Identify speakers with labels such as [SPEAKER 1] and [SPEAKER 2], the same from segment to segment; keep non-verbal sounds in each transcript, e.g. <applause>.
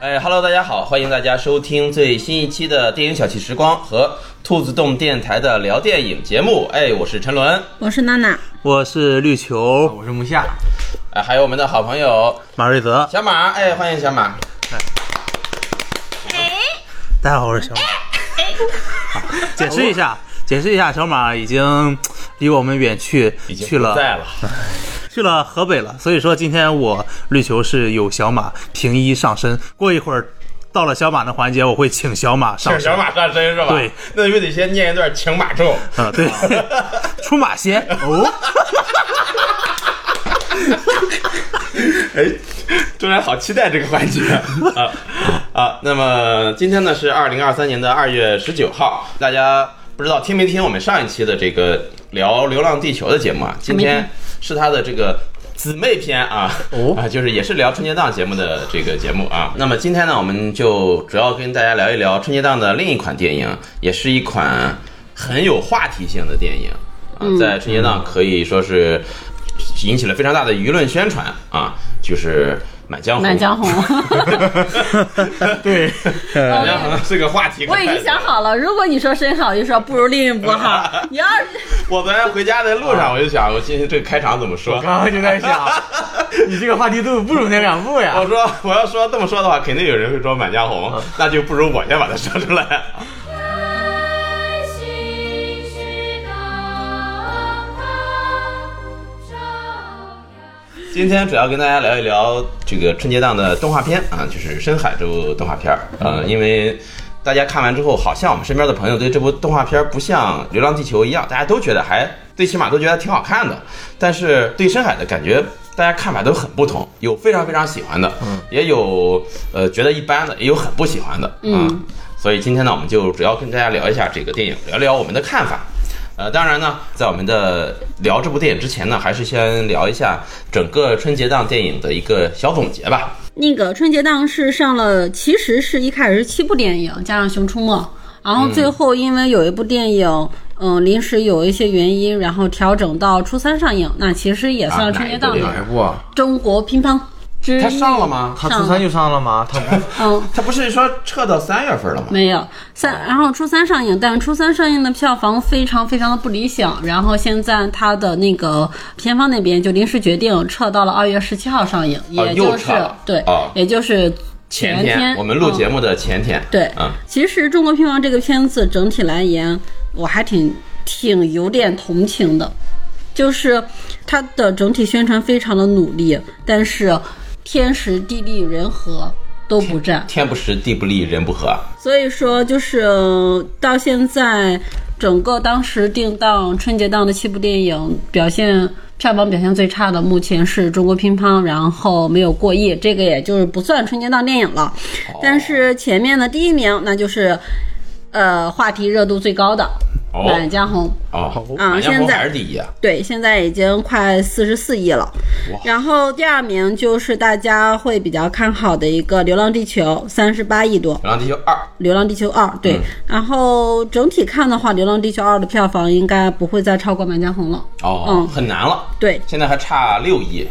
[SPEAKER 1] 哎哈喽，大家好，欢迎大家收听最新一期的电影小憩时光和兔子洞电台的聊电影节目。哎，我是陈伦，
[SPEAKER 2] 我是娜娜，
[SPEAKER 3] 我是绿球，
[SPEAKER 4] 啊我是木夏，
[SPEAKER 1] 哎，还有我们的好朋友
[SPEAKER 3] 马瑞泽。
[SPEAKER 1] 小马，哎，欢迎小马。
[SPEAKER 3] 大家好，我是小马。 <laughs> 解释一下，解释一下，小马已经离我们远去，
[SPEAKER 1] 已经
[SPEAKER 3] 去
[SPEAKER 1] 不
[SPEAKER 3] 了
[SPEAKER 1] 在 <laughs> 了，
[SPEAKER 3] 去了河北了。所以说今天我绿球是有小马平一上身，过一会儿到了小马的环节，我会请小马上
[SPEAKER 1] 是
[SPEAKER 3] 身
[SPEAKER 1] 小。马上身是吧？
[SPEAKER 3] 对，
[SPEAKER 1] 那必须得先念一段《请马咒》。
[SPEAKER 3] 嗯，对， <laughs> 出马仙哦，
[SPEAKER 1] 哎， <laughs> 突然好期待这个环节啊啊！那么今天呢是二零二三年的二月十九号，大家不知道听没听我们上一期的这个聊《流浪地球》的节目啊？今天是它的这个。姊妹篇啊，
[SPEAKER 3] 哦
[SPEAKER 1] 啊，就是也是聊春节档节目的这个节目啊。那么今天呢，我们就主要跟大家聊一聊春节档的另一款电影，也是一款很有话题性的电影啊，
[SPEAKER 2] 嗯
[SPEAKER 1] 在春节档可以说是引起了非常大的舆论宣传啊，就是《满江红》。
[SPEAKER 2] 满江红。
[SPEAKER 3] <laughs> 对，
[SPEAKER 1] 满江红是个话题。
[SPEAKER 2] <laughs> 我已经想，好了，如果你说真好，就说不如另一
[SPEAKER 1] <laughs>
[SPEAKER 2] 部好。你要是
[SPEAKER 1] 我昨天回家的路上我就想，我今天这个开场怎么说？
[SPEAKER 4] 刚刚就在
[SPEAKER 3] <laughs>
[SPEAKER 4] 想，你这个话题度不如那两部呀
[SPEAKER 3] 哦
[SPEAKER 1] 我。说我要说这么说的话，肯定有人会说《满江红》，那就不如我先把它说出来。啊
[SPEAKER 5] 爱心是灯塔，照耀。
[SPEAKER 1] 今天主要跟大家聊一聊这个春节档的动画片啊，就是深海这部动画片儿。呃，因为大家看完之后，好像我们身边的朋友对这部动画片儿不像《流浪地球》一样，大家都觉得还最起码都觉得挺好看的，但是对深海的感觉。大家看法都很不同，有非常非常喜欢的，也有呃觉得一般的，也有很不喜欢的，啊
[SPEAKER 2] 嗯，
[SPEAKER 1] 所以今天呢，我们就主要跟大家聊一下这个电影，聊聊我们的看法。呃，当然呢，在我们的聊这部电影之前呢，还是先聊一下整个春节档电影的一个小总结吧。
[SPEAKER 2] 那个春节档是上了，其实是一开始是七部电影，加上《熊出没》，然后最后因为有一部电影，嗯、临时有一些原因，然后调整到初三上映，那其实也算春节档的、
[SPEAKER 1] 啊哪一部电
[SPEAKER 4] 哪部？
[SPEAKER 2] 中国乒乓之
[SPEAKER 1] 它上了吗？
[SPEAKER 4] 哎他初三就上了吗？他不
[SPEAKER 2] 嗯。
[SPEAKER 1] 它不是说撤到三月份了吗？
[SPEAKER 2] 没有三，
[SPEAKER 1] 嗯
[SPEAKER 2] 然后初三上映，但是初三上映的票房非常非常的不理想，然后现在它的那个片方那边就临时决定撤到了二月十七号上映，也
[SPEAKER 1] 啊又
[SPEAKER 2] 就是、
[SPEAKER 1] 撤了
[SPEAKER 2] 对，
[SPEAKER 1] 哦
[SPEAKER 2] 也就是
[SPEAKER 1] 前
[SPEAKER 2] 前天
[SPEAKER 1] 我们录节
[SPEAKER 2] 目、
[SPEAKER 1] 目的前天。
[SPEAKER 2] 对
[SPEAKER 1] 嗯，
[SPEAKER 2] 其实《中国乒乓》这个片子整体来言，我还挺挺有点同情的，就是它的整体宣传非常的努力，但是天时地利人和都不占。
[SPEAKER 1] 天不时，地不利，人不和。
[SPEAKER 2] 所以说，就是呃到现在，整个当时定档春节档的七部电影表现票房表现最差的，目前是中国乒乓，然后没有过亿，这个也就是不算春节档电影了。但是前面的第一名，那就是呃话题热度最高的
[SPEAKER 1] 哦
[SPEAKER 2] 《满江红》
[SPEAKER 1] 哦，
[SPEAKER 2] 啊
[SPEAKER 1] 满江红
[SPEAKER 2] 现在
[SPEAKER 1] 还是第一啊。
[SPEAKER 2] 对，现在已经快四十四亿了。然后第二名就是大家会比较看好的一个《流浪地球》，三十八亿多。
[SPEAKER 1] 流浪地球二，
[SPEAKER 2] 《流浪地球二》对，然后整体看的话，《流浪地球二》的票房应该不会再超过《满江红》了。
[SPEAKER 1] 哦，
[SPEAKER 2] 嗯
[SPEAKER 1] 很难了。
[SPEAKER 2] 对，
[SPEAKER 1] 现在还差六亿。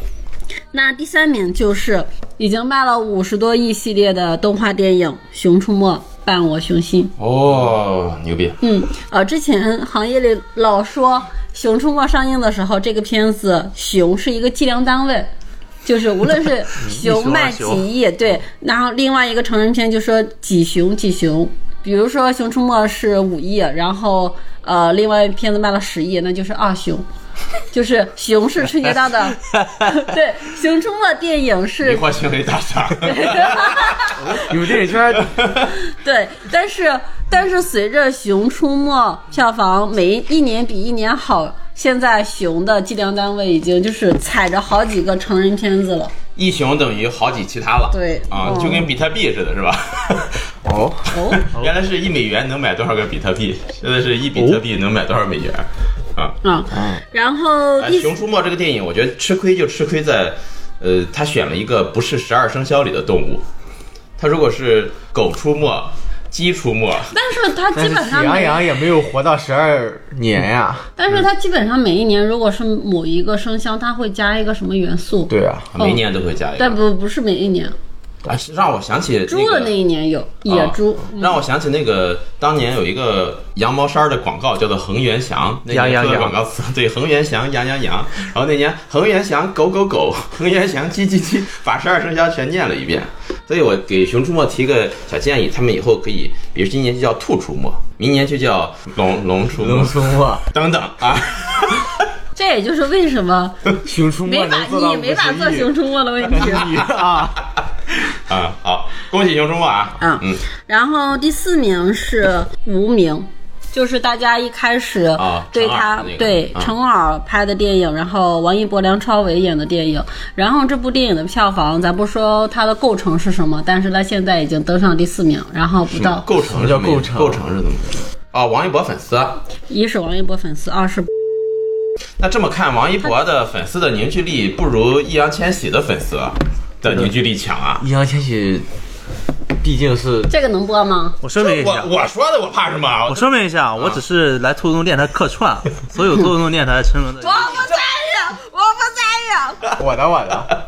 [SPEAKER 2] 那第三名就是已经卖了五十多亿系列的动画电影《熊出没》伴我熊心。
[SPEAKER 1] 哦，牛逼！
[SPEAKER 2] 嗯，呃，之前行业里老说《熊出没》上映的时候，这个片子熊是一个计量单位。就是无论是熊
[SPEAKER 3] 熊二
[SPEAKER 2] 卖几亿，对，然后另外一个成人片就说几熊几熊，比如说《熊出没》是五亿，然后呃，另外片子卖了十亿，那就是二熊， <laughs> 就是熊是春节档的，对，《熊出没》电影
[SPEAKER 1] 迷
[SPEAKER 2] 是
[SPEAKER 1] 惑行为大
[SPEAKER 2] <laughs>
[SPEAKER 1] 赏。
[SPEAKER 4] 有电影圈，
[SPEAKER 2] 对，但是但是随着《熊出没》票房每一年比一年好，现在熊的计量单位已经就是踩着好几个成人片子了。
[SPEAKER 1] 一熊等于好几其他了。
[SPEAKER 2] 对
[SPEAKER 1] 啊，
[SPEAKER 2] 嗯
[SPEAKER 1] 就跟比特币似的，是吧？
[SPEAKER 4] 哦， <laughs>
[SPEAKER 2] 哦，
[SPEAKER 1] 原来是一美元能买多少个比特
[SPEAKER 2] <laughs>
[SPEAKER 1] 币，现在是一比特币能买多少美元？啊，
[SPEAKER 2] 嗯，然后
[SPEAKER 1] 哎，
[SPEAKER 2] 第
[SPEAKER 1] 《熊出没》这个电影，我觉得吃亏就吃亏在，呃，他选了一个不是十二生肖里的动物，他如果是狗出没、鸡出没，
[SPEAKER 2] 但是它
[SPEAKER 4] 但
[SPEAKER 2] 基
[SPEAKER 4] 是
[SPEAKER 2] 本
[SPEAKER 4] 喜
[SPEAKER 2] 上
[SPEAKER 4] 羊
[SPEAKER 2] 每，
[SPEAKER 4] 羊也没有活到十二年呀。
[SPEAKER 2] 但是它基本上每一年，如果是某一个生肖，它会加一个什么元素？，
[SPEAKER 4] 对啊，
[SPEAKER 1] 每年都会加一个。
[SPEAKER 2] 但不不是每一年，
[SPEAKER 1] 啊，是让我想起
[SPEAKER 2] 猪的那
[SPEAKER 1] 那个
[SPEAKER 2] 一年
[SPEAKER 4] 啊
[SPEAKER 2] 有野猪，
[SPEAKER 1] 啊嗯让我想起那个当年有一个羊毛衫儿的广告，叫做恒源祥，那
[SPEAKER 3] 羊羊
[SPEAKER 1] 个
[SPEAKER 3] 羊
[SPEAKER 1] 广告词，对，恒源祥羊羊羊。然后那年恒源祥狗狗狗，恒源祥鸡鸡鸡，把十二生肖全念了一遍。所以我给《熊出没》提个小建议，他们以后可以，比如今年就叫兔出没，明年就叫龙龙出没
[SPEAKER 4] 龙，出没，
[SPEAKER 2] <laughs>
[SPEAKER 1] 等等啊。
[SPEAKER 2] 这也就是为什么
[SPEAKER 4] 熊出没
[SPEAKER 2] 没法
[SPEAKER 4] 能做到
[SPEAKER 2] 你没法
[SPEAKER 4] 50
[SPEAKER 2] 做
[SPEAKER 4] 亿
[SPEAKER 2] 熊出没的问题。
[SPEAKER 4] <laughs> 你啊，
[SPEAKER 1] <laughs> 啊，好，恭喜熊出没啊！
[SPEAKER 2] 嗯
[SPEAKER 1] 嗯
[SPEAKER 2] 然后第四名是无名，就是大家一开始
[SPEAKER 1] 啊
[SPEAKER 2] 对
[SPEAKER 1] 陈
[SPEAKER 2] 他、
[SPEAKER 1] 耳那个
[SPEAKER 2] 对
[SPEAKER 1] 啊
[SPEAKER 2] 陈耳拍的电影，然后王一博、梁朝伟演的电影，然后这部电影的票房，咱不说它的构成是什么，但是它现在已经登上第四名，然后不到
[SPEAKER 1] 构成是
[SPEAKER 4] 什么叫
[SPEAKER 1] 怎么
[SPEAKER 4] 构成
[SPEAKER 1] 构成是怎么？哦，王一博粉丝，
[SPEAKER 2] 一是王一博粉丝，二是
[SPEAKER 1] 那这么看，王一博的粉丝的凝聚力不如易烊千玺的粉丝的凝聚力强啊！
[SPEAKER 4] 易烊千玺毕竟是
[SPEAKER 2] 这个能播吗？
[SPEAKER 3] <laughs> 我声明一下
[SPEAKER 1] 我，我说的，我怕什么啊？
[SPEAKER 3] 我声明一下，我只是来兔动电台客
[SPEAKER 4] <laughs>
[SPEAKER 3] 串，所有兔动电台成员的。
[SPEAKER 4] 啊
[SPEAKER 2] 不参与，我不参
[SPEAKER 4] 我的我的，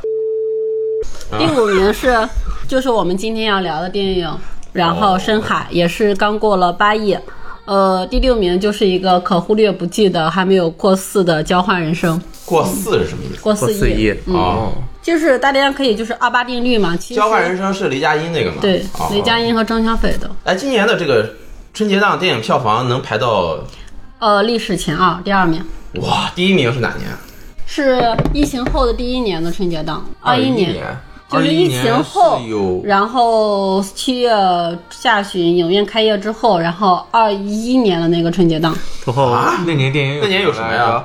[SPEAKER 2] 与。第五名是，就是我们今天要聊的电影，然后《深海》也是刚过了八亿。呃，第六名就是一个可忽略不计的，还没有过四的交换人生，
[SPEAKER 1] 过四是什么意思？
[SPEAKER 2] 过四亿，
[SPEAKER 3] 四亿
[SPEAKER 1] 哦，
[SPEAKER 2] 嗯就是大家可以就是二八定律嘛，其实
[SPEAKER 1] 交换人生是雷佳音那个吗？
[SPEAKER 2] 对
[SPEAKER 1] 哦
[SPEAKER 2] 雷佳。音和张小斐的，
[SPEAKER 1] 哎，今年的这个春节档电影票房能排到
[SPEAKER 2] 呃，历史前二，第二名
[SPEAKER 1] 哇，第一名是哪年？
[SPEAKER 2] 是疫情后的第一年的春节档，二
[SPEAKER 4] 一
[SPEAKER 2] 年，
[SPEAKER 4] 年，
[SPEAKER 2] 就是疫情后
[SPEAKER 4] 21年是有，
[SPEAKER 2] 然后七月下旬影院开业之后，然后二一年的那个春节档，
[SPEAKER 3] 然后
[SPEAKER 4] 那年电影
[SPEAKER 1] 那年有什么呀？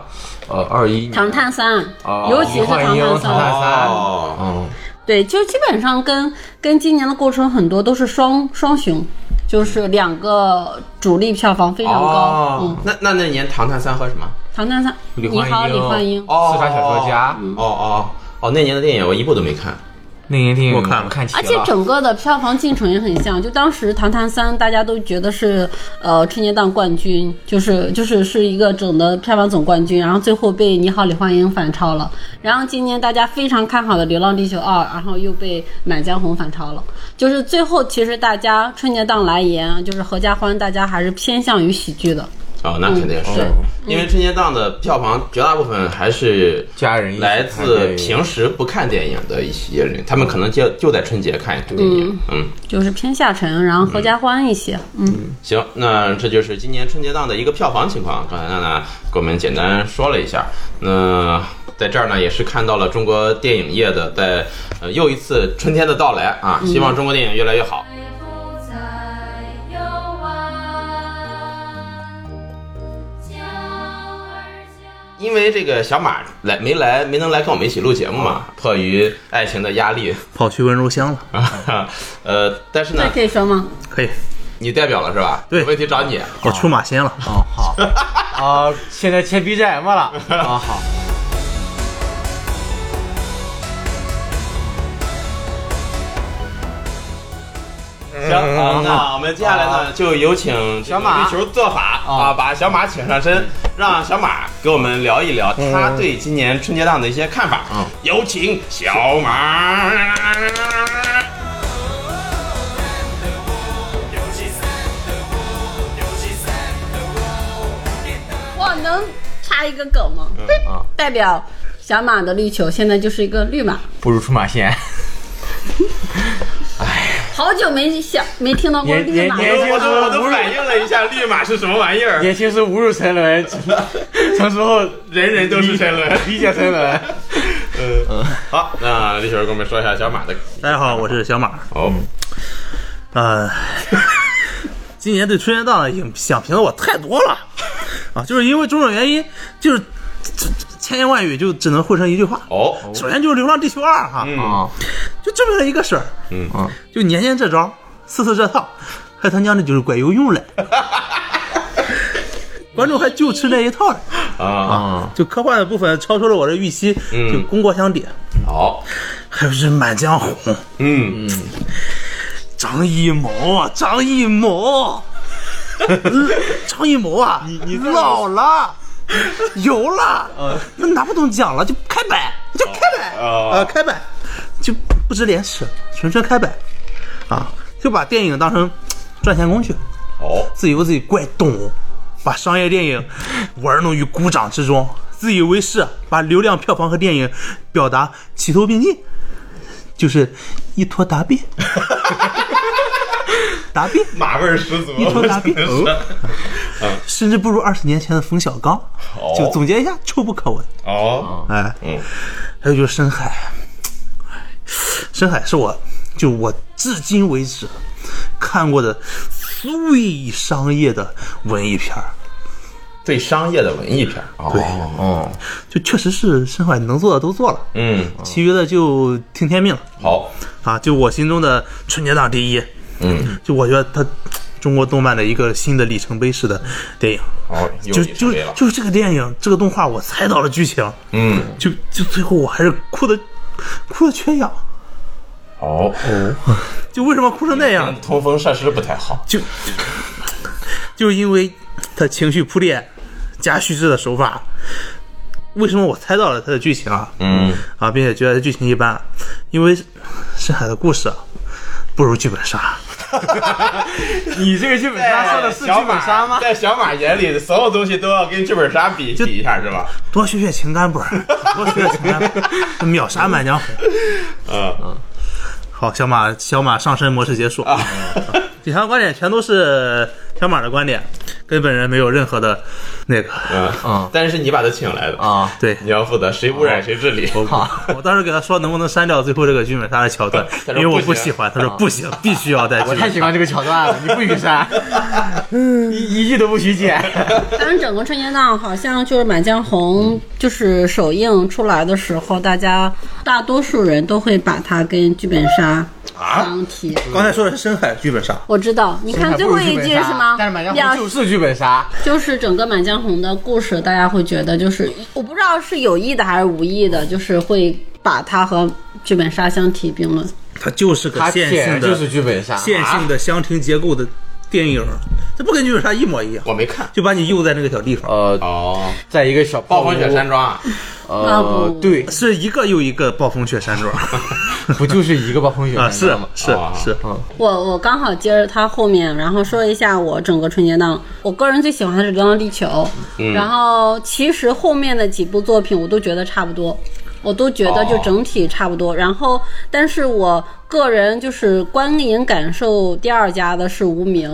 [SPEAKER 4] 呃，二一
[SPEAKER 2] 《
[SPEAKER 4] 年，
[SPEAKER 2] 唐探三》
[SPEAKER 4] 哦
[SPEAKER 2] 尤其是《唐
[SPEAKER 4] 一
[SPEAKER 2] 探
[SPEAKER 4] 换一唐
[SPEAKER 2] 三》
[SPEAKER 4] 探三
[SPEAKER 1] 哦，
[SPEAKER 4] 嗯，
[SPEAKER 2] 对，就基本上跟跟今年的构成很多都是双双雄，就是两个主力票房非常高。
[SPEAKER 1] 哦
[SPEAKER 2] 嗯，，
[SPEAKER 1] 那那那年《唐探三》和什么？
[SPEAKER 2] 《唐探三》，
[SPEAKER 4] 李
[SPEAKER 2] 你
[SPEAKER 4] 焕
[SPEAKER 2] 好，
[SPEAKER 4] 英
[SPEAKER 2] 李焕英。
[SPEAKER 1] 哦，
[SPEAKER 4] 司法小说家
[SPEAKER 1] 哦哦哦，那年的电影我一部都没看。
[SPEAKER 4] 那年电影
[SPEAKER 3] 我看了
[SPEAKER 4] 看齐了，
[SPEAKER 2] 而且整个的票房进程也很像，就当时《唐探三》大家都觉得是呃春节档冠军，就是就是是一个整的票房总冠军，然后最后被《你好，李焕英》反超了。然后今年大家非常看好的《流浪地球二》，然后又被《满江红》反超了。就是最后其实大家春节档来言，就是合家欢，大家还是偏向于喜剧的。
[SPEAKER 1] 哦，那肯定是，
[SPEAKER 2] 嗯
[SPEAKER 1] 因为春节档的票房绝大部分还是
[SPEAKER 4] 家人一起看
[SPEAKER 1] 来自
[SPEAKER 4] 电影
[SPEAKER 1] 平时不看电影的一些人，他们可能就就在春节看一看电影。嗯，
[SPEAKER 2] 就是偏下沉，然后合家欢一些。嗯，
[SPEAKER 1] 行，那这就是今年春节档的一个票房情况。刚才娜娜给我们简单说了一下，那在这儿呢也是看到了中国电影业的在呃又一次春天的到来啊，希望中国电影越来越好。
[SPEAKER 5] 不再游玩，江儿江。
[SPEAKER 1] 因为这个小马来没来没能来跟我们一起录节目嘛，迫于爱情的压力 <laughs>
[SPEAKER 3] 跑去温柔乡了，
[SPEAKER 1] 啊，呃，但是呢
[SPEAKER 2] 那，可以说吗？
[SPEAKER 3] 可以，
[SPEAKER 4] 啊
[SPEAKER 1] 你代表了是吧？
[SPEAKER 3] 对
[SPEAKER 1] 问题找你。
[SPEAKER 3] 我出马仙了。
[SPEAKER 4] 哦好，啊，现在签 BGM 了，啊好，
[SPEAKER 1] 行，好那我们接下来呢，就有请
[SPEAKER 4] 小马
[SPEAKER 1] 绿球做法啊，把小马请上身，让小马给我们聊一聊他对今年春节档的一些看法。有请小马。
[SPEAKER 2] 我能插一个梗吗？
[SPEAKER 4] 嗯啊
[SPEAKER 2] 代表小马的绿球现在就是一个绿马，
[SPEAKER 4] 不如出马仙，
[SPEAKER 2] 好久没想没听到过
[SPEAKER 4] 年
[SPEAKER 2] 绿马
[SPEAKER 4] 年年
[SPEAKER 2] 了。
[SPEAKER 4] 轻
[SPEAKER 1] 我
[SPEAKER 4] 时
[SPEAKER 1] 都
[SPEAKER 4] 候
[SPEAKER 1] 我都反应了一下绿马是什么玩意儿，
[SPEAKER 4] 年轻时侮辱沉 <laughs> 沦，成成熟后
[SPEAKER 1] 人人都是沉沦。
[SPEAKER 4] 理解沉沦，
[SPEAKER 1] 嗯，好，那绿球给我们说一下小马的。
[SPEAKER 3] 大家好，我是小马。
[SPEAKER 1] 哦，
[SPEAKER 4] <laughs>
[SPEAKER 3] 呃，今年对春节档的影响评的我太多了啊，就是因为种种原因，就是这这千言万语就只能汇成一句话。
[SPEAKER 1] 哦，
[SPEAKER 3] 首先就是《流浪地球二》哈，
[SPEAKER 1] 嗯，
[SPEAKER 4] 啊
[SPEAKER 3] 就证明了一个事儿，啊
[SPEAKER 1] 嗯
[SPEAKER 4] 嗯
[SPEAKER 3] 就年年这招，次次这套，害他娘的就是拐游泳
[SPEAKER 1] <laughs>
[SPEAKER 3] 了。观众还就吃那一套了，
[SPEAKER 1] 啊，
[SPEAKER 4] 啊，
[SPEAKER 3] 就科幻的部分超出了我的预期，
[SPEAKER 1] 嗯
[SPEAKER 3] 就功过相抵。
[SPEAKER 1] 好，
[SPEAKER 3] 还有是《满江红》，
[SPEAKER 1] 嗯，
[SPEAKER 3] 张艺谋啊，张艺谋，嗯张艺谋啊，你老了，油了，那拿不动奖了，就开摆，就开摆，
[SPEAKER 1] 哦
[SPEAKER 3] 呃，开摆，就不知廉耻，纯纯开摆，啊，就把电影当成赚钱工具，
[SPEAKER 1] 哦，
[SPEAKER 3] 自以为自己怪懂，把商业电影玩弄于股掌之中，自以为是，把流量、票房和电影表达齐头并进，就是一拖达变，达变。
[SPEAKER 1] 马味儿十足，
[SPEAKER 3] 一头大便
[SPEAKER 1] 真的是
[SPEAKER 3] 甚至不如二十年前的冯小刚
[SPEAKER 1] 哦。
[SPEAKER 3] 就总结一下，臭不可闻。
[SPEAKER 1] 哦，
[SPEAKER 3] 哎，
[SPEAKER 1] 嗯，
[SPEAKER 3] 还有就是深海，深海是我就我至今为止看过的最商业的文艺片儿。
[SPEAKER 1] 最商业的文艺片儿，
[SPEAKER 3] 对
[SPEAKER 1] 哦，
[SPEAKER 3] 就确实是深海能做的都做了，
[SPEAKER 1] 嗯，
[SPEAKER 3] 其余的就听天命了
[SPEAKER 1] 好，
[SPEAKER 3] 啊！就我心中的春节档第一，
[SPEAKER 1] 嗯，
[SPEAKER 3] 就我觉得它中国动漫的一个新的里程碑式的电影，
[SPEAKER 1] 好，又
[SPEAKER 3] 就
[SPEAKER 1] 里程
[SPEAKER 3] 就
[SPEAKER 1] 碑了，
[SPEAKER 3] 就是这个电影这个动画，我猜到了剧情，
[SPEAKER 1] 嗯，
[SPEAKER 3] 就就最后我还是哭的哭的缺氧，
[SPEAKER 1] 哦，
[SPEAKER 3] 就为什么哭成那样？
[SPEAKER 1] 通风设施不太好，
[SPEAKER 3] 就就是因为他情绪铺垫加叙事的手法。为什么我猜到了他的剧情啊？
[SPEAKER 1] 嗯，
[SPEAKER 3] 啊，并且觉得剧情一般，因为深海的故事啊不如剧本杀。
[SPEAKER 4] 你这个剧本杀说的是剧本杀吗？
[SPEAKER 1] 在小马眼里，所有东西都要跟剧本杀比比一下，是吧？
[SPEAKER 3] 多学学情感本儿，多学学情感本儿，秒杀满江红。
[SPEAKER 1] 嗯，
[SPEAKER 3] 好，小马小马上身模式结束。啊、以上观点全都是小马的观点，跟本人没有任何的那个。
[SPEAKER 1] 嗯，但是你把他请来的，
[SPEAKER 4] 啊，
[SPEAKER 3] 对，
[SPEAKER 1] 你要负责谁污染谁治理，，
[SPEAKER 3] 我我当时给他说能不能删掉最后这个剧本杀的桥段
[SPEAKER 1] 他
[SPEAKER 3] 因
[SPEAKER 1] 说
[SPEAKER 3] 为我
[SPEAKER 1] 不
[SPEAKER 3] 不
[SPEAKER 1] 行
[SPEAKER 3] 喜欢。他说不行，必须要在剧
[SPEAKER 4] 啊我太
[SPEAKER 3] 本
[SPEAKER 4] 喜欢这个桥段了，你不许删，一一句都不许剪。
[SPEAKER 2] 反正整个春节档好像就是《满江红》就是首映出来的时候，大家大多数人都会把它跟剧本杀
[SPEAKER 4] 啊
[SPEAKER 2] 相提。
[SPEAKER 3] 刚才说的是深海剧本杀，
[SPEAKER 2] 我知道，你看最后一句是
[SPEAKER 4] <laughs>
[SPEAKER 2] 吗？
[SPEAKER 4] 但是满江
[SPEAKER 2] 表
[SPEAKER 4] 红就是剧本杀，
[SPEAKER 2] 就是整个《满江红》的故事，大家会觉得就是我不知道是有意的还是无意的，就是会把它和剧本杀相提并论。
[SPEAKER 3] 它就是个
[SPEAKER 4] 它
[SPEAKER 3] 线
[SPEAKER 4] 显
[SPEAKER 3] 性
[SPEAKER 4] 然
[SPEAKER 3] 的
[SPEAKER 4] 就是剧本杀。啊
[SPEAKER 3] 线性的箱庭结构的电影，这不跟剧本杀一模一样
[SPEAKER 1] 我，没看。
[SPEAKER 3] 就把你诱在那个小地方，
[SPEAKER 4] 呃，
[SPEAKER 1] 哦，
[SPEAKER 4] 在一个小
[SPEAKER 1] 暴
[SPEAKER 4] 暴
[SPEAKER 1] 风雪山，庄啊，
[SPEAKER 2] 啊
[SPEAKER 4] 呃
[SPEAKER 2] 不，
[SPEAKER 4] 对，
[SPEAKER 3] 是一个又一个暴风雪山
[SPEAKER 4] <laughs>
[SPEAKER 3] 庄
[SPEAKER 4] 不就是一个暴风雪
[SPEAKER 3] 啊，
[SPEAKER 4] 山
[SPEAKER 3] 是
[SPEAKER 4] 庄吗？哦
[SPEAKER 3] 是
[SPEAKER 1] 啊
[SPEAKER 3] 是，
[SPEAKER 2] 我我刚好接着他后面，然后说一下我整个春节档，我个人最喜欢的是《流浪地球》然后其实后面的几部作品我都觉得差不多，我都觉得就整体差不多。然后，但是我个人就是观影感受第二家的是《无名》，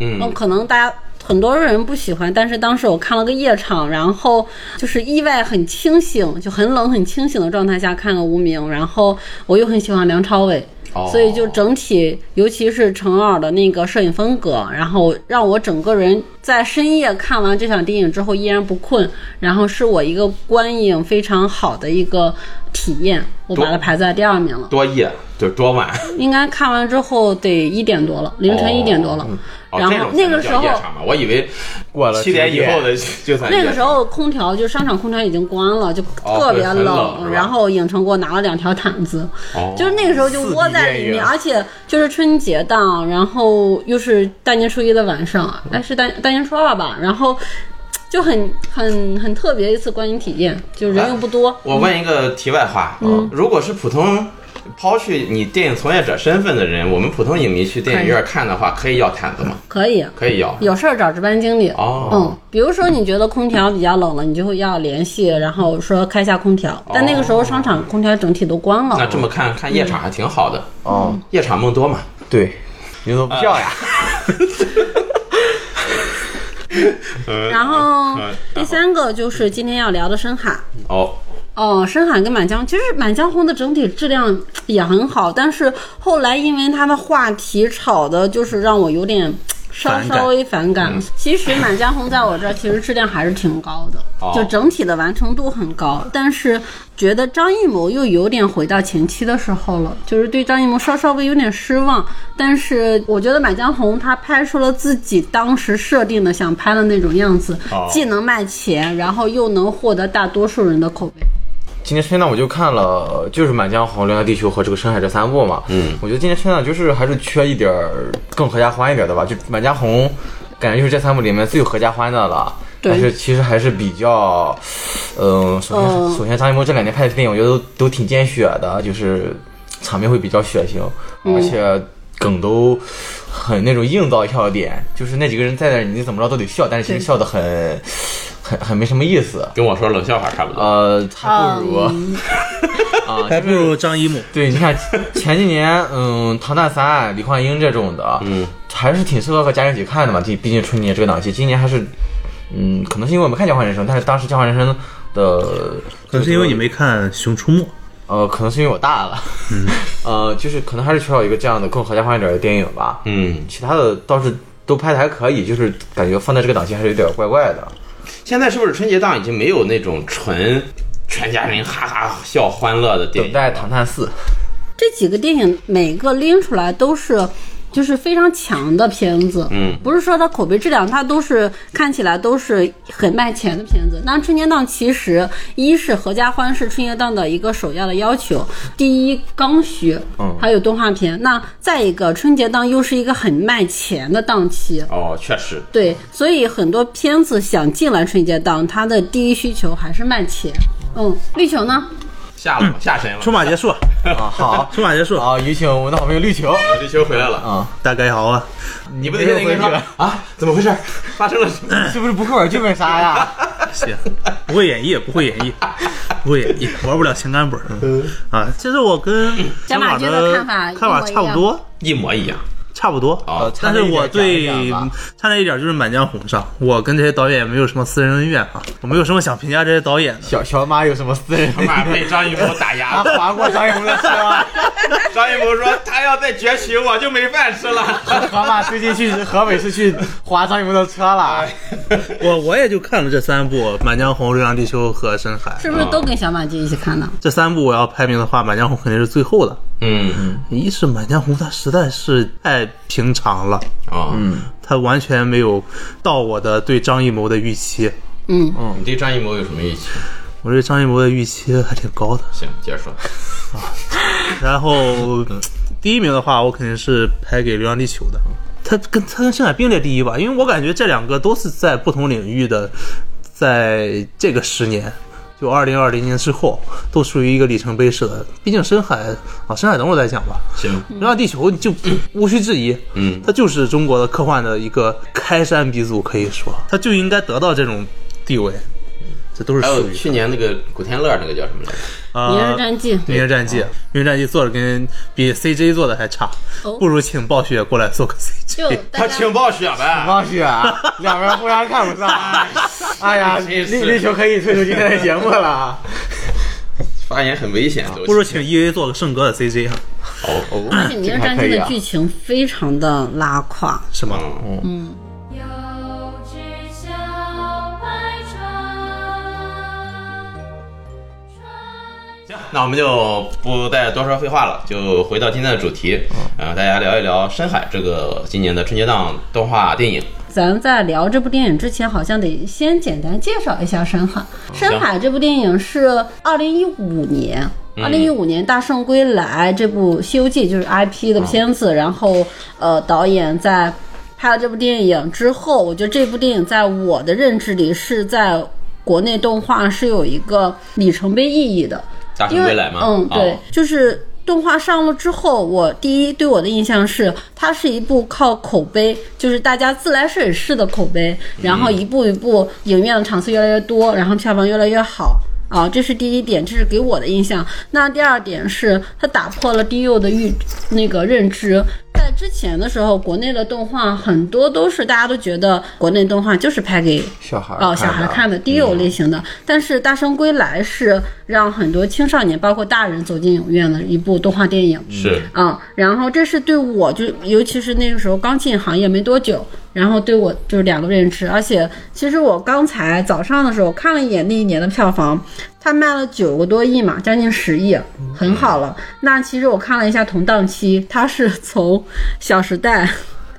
[SPEAKER 2] 嗯，
[SPEAKER 1] 嗯，
[SPEAKER 2] 可能大家。很多人不喜欢，但是当时我看了个夜场，然后就是意外很清醒，就很冷很清醒的状态下看了《无名》，然后我又很喜欢梁朝伟，
[SPEAKER 1] 哦
[SPEAKER 2] 所以就整体，尤其是程耳的那个摄影风格，然后让我整个人在深夜看完这场电影之后依然不困，然后是我一个观影非常好的一个体验，我把它排在第二名了。
[SPEAKER 1] 多夜就是多晚，
[SPEAKER 2] 应该看完之后得一点多了，凌晨一点多了。
[SPEAKER 1] 哦，
[SPEAKER 2] 然
[SPEAKER 1] 这
[SPEAKER 2] 后
[SPEAKER 1] 种
[SPEAKER 2] 那个时
[SPEAKER 1] 才能
[SPEAKER 2] 候
[SPEAKER 1] 叫夜场嘛，我以为
[SPEAKER 4] 过了
[SPEAKER 1] 七点以
[SPEAKER 4] 9
[SPEAKER 1] 后的就算
[SPEAKER 2] 那
[SPEAKER 1] 夜
[SPEAKER 2] 个
[SPEAKER 1] 场
[SPEAKER 2] 时候空调就商场空调已经关了，就
[SPEAKER 1] 哦
[SPEAKER 2] 特别
[SPEAKER 1] 很冷是吧
[SPEAKER 2] 然后影城给我拿了两条毯子，
[SPEAKER 1] 哦
[SPEAKER 2] 就是那个时候就窝在里面，而且就是春节档，然后又是大年初一的晚上，哎是大大年初二吧，然后就很很很特别一次观影体验，就人又不多，
[SPEAKER 1] 我问一个题外话，哦如果是普通抛去你电影从业者身份的人，我们普通影迷去电影院看的话，可以要毯子吗？
[SPEAKER 2] 可以。
[SPEAKER 1] 可以要。
[SPEAKER 2] 有事儿找值班经理。
[SPEAKER 1] 哦
[SPEAKER 2] 嗯，比如说你觉得空调比较冷了，你就会要联系，然后说开下空调。但那个时候商场空调整体都关了。
[SPEAKER 1] 哦那这么看看夜场还挺好的，
[SPEAKER 4] 哦，
[SPEAKER 1] 夜场梦多嘛。
[SPEAKER 4] 对，你怎么不
[SPEAKER 1] 啊
[SPEAKER 4] 笑呀？
[SPEAKER 2] 然后
[SPEAKER 1] 嗯
[SPEAKER 2] 第三个就是今天要聊的深海。
[SPEAKER 1] 哦，
[SPEAKER 2] 哦，深海跟满江，其实满江红的整体质量嘖也很好，但是后来因为它的话题炒的，就是让我有点嘖稍
[SPEAKER 3] 反感
[SPEAKER 2] 稍微反感。其实满江红在我这儿其实质量还是挺高的，
[SPEAKER 1] 哦
[SPEAKER 2] 就整体的完成度很高，但是觉得张艺谋又有点回到前期的时候了，就是对张艺谋稍稍微有点失望。但是我觉得满江红他拍出了自己当时设定的想拍的那种样子，
[SPEAKER 1] 哦
[SPEAKER 2] 既能卖钱，然后又能获得大多数人的口碑。
[SPEAKER 4] 今年春节档我就看了，就是《满江红》《流浪地球》和这个《深海》这三部嘛。嗯，我觉得今年春节档就是还是缺一点儿更合家欢一点的吧。就《满江红》，感觉就是这三部里面最合家欢的了。
[SPEAKER 2] 对
[SPEAKER 4] 但是其实还是比较，嗯、首先、
[SPEAKER 2] 嗯
[SPEAKER 4] 首先张艺谋这两年拍的电影，我觉得都都挺见血的，就是场面会比较血腥，
[SPEAKER 2] 嗯
[SPEAKER 4] 而且梗都很那种硬到笑点，就是那几个人在那儿，你怎么着都得笑，但是其实
[SPEAKER 2] 对
[SPEAKER 4] 笑的很很很没什么意思。
[SPEAKER 1] 跟我说冷笑话差不多。
[SPEAKER 4] 呃，还不如啊、
[SPEAKER 3] 还不如张一木。
[SPEAKER 4] 对，你看前几年，嗯，唐探三、李焕英这种的，嗯，还是挺适合和家人一起看的嘛。毕毕竟春节这个档期，今年还是，嗯，可能是因为我没看《交换人生》，但是当时《交换人生》的，
[SPEAKER 3] <laughs> 可能是因为你没看《熊出没》，
[SPEAKER 4] 呃，可能是因为我大了，嗯， <laughs> 呃，就是可能还是缺少一个这样的更合家欢一点的电影吧。
[SPEAKER 1] 嗯，
[SPEAKER 4] 其他的倒是都拍的还可以，就是感觉放在这个档期还是有点怪怪的。
[SPEAKER 1] 现在是不是春节档已经没有那种纯全家人哈哈笑欢乐的电
[SPEAKER 4] 等
[SPEAKER 1] 影？
[SPEAKER 4] 待《唐探四》，
[SPEAKER 1] <laughs>
[SPEAKER 2] 这几个电影每个拎出来都是。就是非常强的片子，嗯，不是说它口碑质量，它都是看起来都是很卖钱的片子。那春节档其实一是合家欢是春节档的一个首要的要求，第一刚需，
[SPEAKER 4] 嗯
[SPEAKER 2] 还有动画片。那再一个，春节档又是一个很卖钱的档期，
[SPEAKER 1] 哦，确实，
[SPEAKER 2] 对，所以很多片子想进来春节档，它的第一需求还是卖钱。嗯，绿球呢？
[SPEAKER 1] 下
[SPEAKER 4] 嗯
[SPEAKER 1] 了吗？下沉了。
[SPEAKER 3] 出马结束，，
[SPEAKER 4] 啊，好
[SPEAKER 3] 出马结束。
[SPEAKER 4] 啊，有请我们的好朋友绿球，
[SPEAKER 1] 我这球回来了，
[SPEAKER 4] 啊，
[SPEAKER 3] 大概好啊，
[SPEAKER 1] 你不得现
[SPEAKER 4] <laughs>
[SPEAKER 1] 在应该
[SPEAKER 4] 回去
[SPEAKER 1] 说
[SPEAKER 4] 了
[SPEAKER 1] 啊？怎么回事？发生了什么？
[SPEAKER 4] 是不是不会玩剧本杀呀？ <laughs>
[SPEAKER 3] 行，不会演绎，不会演绎，不会演绎，玩不了情感本儿。啊，其实我跟
[SPEAKER 2] 小马
[SPEAKER 3] 马
[SPEAKER 2] 驹的看法
[SPEAKER 3] 看法
[SPEAKER 2] 一模一
[SPEAKER 3] 差不
[SPEAKER 2] 样
[SPEAKER 3] 多，
[SPEAKER 1] 一模一样
[SPEAKER 3] 哦差不多。
[SPEAKER 4] 哦
[SPEAKER 1] 啊！
[SPEAKER 3] 但是我对
[SPEAKER 4] 啊
[SPEAKER 3] 差那一点就是《满江红》上，我跟这些导演也没有什么私人恩怨啊，我没有什么想评价这些导演的。
[SPEAKER 4] 小小马有什么私人？
[SPEAKER 1] 他妈被张艺谋打
[SPEAKER 4] 他 <laughs>
[SPEAKER 1] 压了。
[SPEAKER 4] 划过张艺谋的车啊 <laughs> 吗？
[SPEAKER 1] 张艺谋说：“他要再崛起，我就没饭吃了。
[SPEAKER 4] 河马最近去河北是去划张艺谋的车了。
[SPEAKER 3] 我我也就看了这三部《满江红》《流浪地球》和《深海》
[SPEAKER 2] 是不是都跟小马驹一起看的？
[SPEAKER 3] 这三部，我要排名的话，《满江红》肯定是最后的。”
[SPEAKER 1] <laughs> 嗯
[SPEAKER 3] 一是《满江红》，它实在是太平常了，
[SPEAKER 1] 啊，嗯，
[SPEAKER 3] 它完全没有到我的对张艺谋的预期。
[SPEAKER 2] 嗯，
[SPEAKER 1] 你对张艺谋有什么预期？
[SPEAKER 3] 我对张艺谋的预期还挺高的。
[SPEAKER 1] 行，接着说。
[SPEAKER 3] 然后第一名的话，我肯定是排给《流浪地球》的。它跟它跟《深海》并列第一吧，因为我感觉这两个都是在不同领域的，在这个十年，就二零二零年之后，都属于一个里程碑式的。毕竟《深海》啊，《深海》等会儿再讲吧。
[SPEAKER 1] 行，
[SPEAKER 3] 《流浪地球》就无需质疑，
[SPEAKER 1] 嗯
[SPEAKER 3] 它就是中国的科幻的一个开山鼻祖，可以说，它就应该得到这种地位。这都是
[SPEAKER 1] 还
[SPEAKER 3] 属
[SPEAKER 1] 有
[SPEAKER 3] 于
[SPEAKER 1] 去年那个古天乐那个叫什么来着？
[SPEAKER 3] 啊，
[SPEAKER 2] 《明日战记》
[SPEAKER 3] 《明日战记》，《明日战记》做的跟比 CJ 做的还差
[SPEAKER 2] 哦，
[SPEAKER 3] 不如请暴雪过来做个 CJ。
[SPEAKER 2] 就大
[SPEAKER 1] 他
[SPEAKER 2] 家
[SPEAKER 1] 请暴雪呗。
[SPEAKER 4] 王雪，啊两边互相看不上。哎呀，
[SPEAKER 1] 真
[SPEAKER 4] 绿
[SPEAKER 1] 是
[SPEAKER 4] 绿球可以退出今天的节目了。
[SPEAKER 1] 发言很危险，都哦
[SPEAKER 3] 不如请 EA 做个圣歌的 CJ 啊，
[SPEAKER 2] 而且《明日战记》的剧情非常的拉胯，
[SPEAKER 3] 是吗？
[SPEAKER 1] 嗯
[SPEAKER 5] 有只小白船，船
[SPEAKER 1] 行，那我们就不再多说废话了，就回到今天的主题，呃，大家聊一聊《深海》这个今年的春节档动画电影。
[SPEAKER 2] 咱在聊这部电影之前，好像得先简单介绍一下《深海》。《深海》这部电影是二零一五年。二零一五年《大圣归来》这部《西游记》就是 IP 的片子，然后呃，导演在拍了这部电影之后，我觉得这部电影在我的认知里是在国内动画是有一个里程碑意义的。
[SPEAKER 1] 大圣
[SPEAKER 2] 因为
[SPEAKER 1] 归来吗？
[SPEAKER 2] 嗯，对，
[SPEAKER 1] 哦
[SPEAKER 2] 就是动画上了之后，我第一对我的印象是，它是一部靠口碑，就是大家自来水式的口碑，然
[SPEAKER 1] 嗯
[SPEAKER 2] 后一步一步，影院的场次越来越多，然后票房越来越好。啊，这是第一点，这是给我的印象。那第二点是，它打破了低幼的预那个认知。在之前的时候，国内的动画很多都是大家都觉得国内动画就是拍给
[SPEAKER 4] 小孩
[SPEAKER 2] 哦，小孩看的低幼类型的。但是《大圣归来》是让很多青少年，包括大人走进影院的一部动画电影。
[SPEAKER 1] 是
[SPEAKER 2] 啊、然后这是对我就，尤其是那个时候刚进行业没多久，然后对我就是两个认知。而且其实我刚才早上的时候看了一眼那一年的票房，它卖了九个多亿嘛，将近十亿，很好了。那其实我看了一下同档期，它是从《小时代》。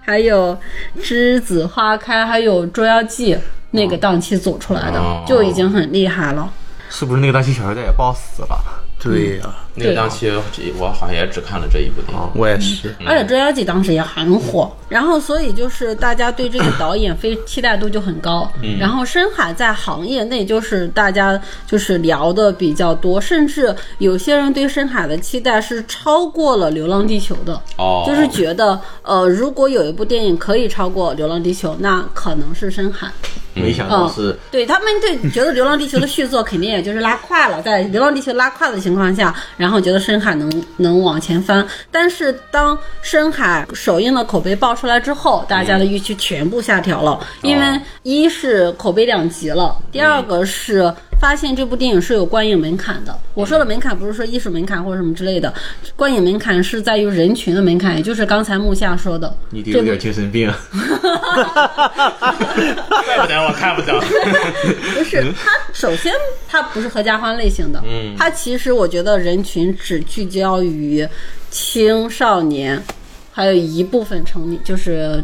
[SPEAKER 2] 还有《栀子花开》，还有《捉妖记》那个档期走出来的，
[SPEAKER 1] 哦
[SPEAKER 2] 就已经很厉害了。
[SPEAKER 4] 是不是那个当期小孩在也爆死了？
[SPEAKER 3] 对呀、
[SPEAKER 1] 那个档期我好像也只看了这一部电影。
[SPEAKER 3] 我也是。
[SPEAKER 2] 而且《捉妖记》当时也很火，然后所以就是大家对这个导演非期待度就很高。然后深海在行业内就是大家就是聊的比较多，甚至有些人对深海的期待是超过了《流浪地球》的，
[SPEAKER 1] 哦，
[SPEAKER 2] 就是觉得呃，如果有一部电影可以超过《流浪地球》，那可能是深海。
[SPEAKER 4] 没想
[SPEAKER 2] 哦
[SPEAKER 4] 到是
[SPEAKER 2] 嗯对他们对觉得《流浪地球》的续作肯定也就是拉胯了，在《流浪地球》拉胯的情况下，然后觉得深海能能往前翻。但是当深海首映的口碑爆出来之后，大家的预期全部下调了，
[SPEAKER 4] 嗯
[SPEAKER 2] 因为一是口碑两极了，第二个是。发现这部电影是有观影门槛的。我说的门槛不是说艺术门槛或者什么之类的，观影门槛是在于人群的门槛，也就是刚才木下说的，
[SPEAKER 4] 你得有点精神病，
[SPEAKER 1] 怪 <laughs> 不得我看不懂。
[SPEAKER 2] 不是，
[SPEAKER 4] 嗯
[SPEAKER 2] 它首先它不是合家欢类型的，嗯，它其实我觉得人群只聚焦于青少年，还有一部分成年，就是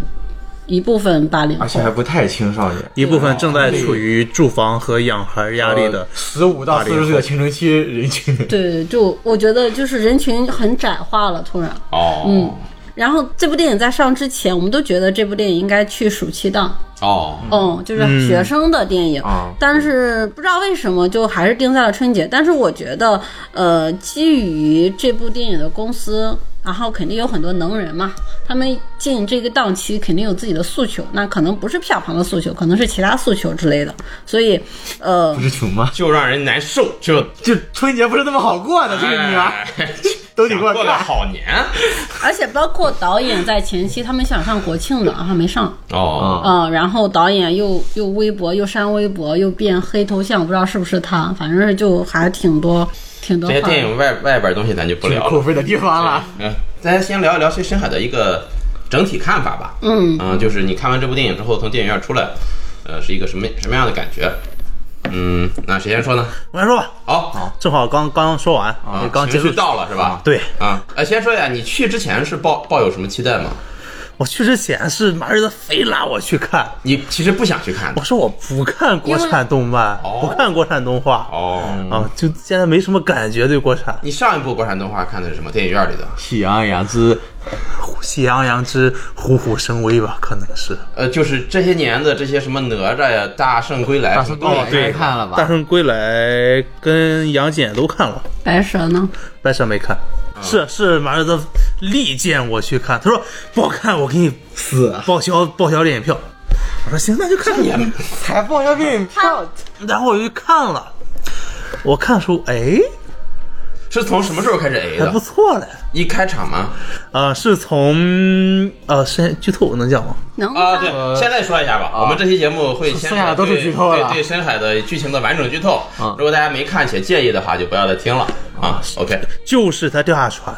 [SPEAKER 2] 一部分八零
[SPEAKER 4] 而且还不太青少年。
[SPEAKER 3] 一部分正在处于住房和养孩压力的，
[SPEAKER 4] 呃十五到四十岁的青春期人群，
[SPEAKER 2] 对，就我觉得就是人群很窄化了，突然。
[SPEAKER 1] 哦，
[SPEAKER 2] 嗯然后这部电影在上之前，我们都觉得这部电影应该去暑期档，
[SPEAKER 1] 哦，
[SPEAKER 2] 嗯，就是学生的电影，
[SPEAKER 4] 啊
[SPEAKER 2] 但是不知道为什么就还是定在了春节。但是我觉得，呃，基于这部电影的公司，然后肯定有很多能人嘛，他们进这个档期肯定有自己的诉求，那可能不是票房的诉求，可能是其他诉求之类的。所以，呃
[SPEAKER 4] <laughs> 不，是穷吗？
[SPEAKER 1] 就让人难受，就
[SPEAKER 4] 就春节不是那么好过的，这个女儿
[SPEAKER 1] <laughs> 哎
[SPEAKER 4] 都得给我
[SPEAKER 1] 过个
[SPEAKER 4] 干。
[SPEAKER 1] 好年。
[SPEAKER 2] 而且包括导演在前期他们想上国庆的，然后没上，
[SPEAKER 1] 哦，
[SPEAKER 4] 啊，
[SPEAKER 2] 嗯，然后导演又又微博又删微博又变黑头像，我不知道是不是他，反正是就还挺多挺多
[SPEAKER 1] 这些
[SPEAKER 2] 话
[SPEAKER 1] 电影外外边东西咱就不
[SPEAKER 4] 这是 <laughs>
[SPEAKER 1] 聊
[SPEAKER 4] 扣
[SPEAKER 1] 了。
[SPEAKER 4] 分的地方了。
[SPEAKER 1] 嗯，咱先聊一聊对深海的一个整体看法吧。
[SPEAKER 2] 嗯，
[SPEAKER 1] 嗯，就是你看完这部电影之后，从电影院出来，呃，是一个什么什么样的感觉？嗯，那谁先说呢？
[SPEAKER 3] 我来说吧，
[SPEAKER 1] 好，
[SPEAKER 3] 正好刚刚说完，
[SPEAKER 1] 啊，
[SPEAKER 3] 哦刚结
[SPEAKER 1] 情
[SPEAKER 3] 束
[SPEAKER 1] 绪。到了是吧？
[SPEAKER 3] 对
[SPEAKER 1] 啊，呃，先说一下，你去之前是抱抱有什么期待吗？
[SPEAKER 3] 我去之前是马儿子非拉我去看，
[SPEAKER 1] 你其实不想去看
[SPEAKER 3] 我
[SPEAKER 1] 的。
[SPEAKER 3] 说我不看国产动漫，
[SPEAKER 1] 因为
[SPEAKER 3] 不看国产动画、
[SPEAKER 1] 哦，
[SPEAKER 3] 啊，就现在没什么感觉对国产。
[SPEAKER 1] 你上一部国产动画看的是什么？电影院里的？
[SPEAKER 4] 喜羊羊之
[SPEAKER 3] 《喜羊羊之虎虎生威》吧，可能是。
[SPEAKER 1] 呃，就是这些年的这些什么哪吒呀、大圣归来
[SPEAKER 4] 大
[SPEAKER 1] 什么
[SPEAKER 4] 圣
[SPEAKER 1] 都
[SPEAKER 4] 归
[SPEAKER 1] 没
[SPEAKER 4] 来
[SPEAKER 1] 看，
[SPEAKER 4] 该看了
[SPEAKER 3] 大
[SPEAKER 4] 吧？
[SPEAKER 3] 圣归来跟杨戬都看了，
[SPEAKER 2] 白蛇呢？
[SPEAKER 3] 白蛇没看。是是，马儿子力荐我去看，他说不好看，我给你
[SPEAKER 4] 死
[SPEAKER 3] 报销报销电影票。我说行，那就看你。
[SPEAKER 4] 才报销电影票，
[SPEAKER 3] 然后我就去看了，我看出哎
[SPEAKER 1] 是从什么时候开始 A
[SPEAKER 3] 还不
[SPEAKER 1] 的？
[SPEAKER 3] 错嘞，
[SPEAKER 1] 一开场吗？
[SPEAKER 3] 啊、是从呃，先剧透能讲吗？
[SPEAKER 2] 能
[SPEAKER 1] 啊，
[SPEAKER 2] 吗
[SPEAKER 1] 对，现在说一下吧。我们这期节目会先
[SPEAKER 4] 剩下的都呃啊是剧透了
[SPEAKER 1] 对对深海的剧情的完整剧透
[SPEAKER 4] 嗯。
[SPEAKER 1] 如果大家没看且介意的话，就不要再听了啊。OK，
[SPEAKER 3] 就是他掉下船，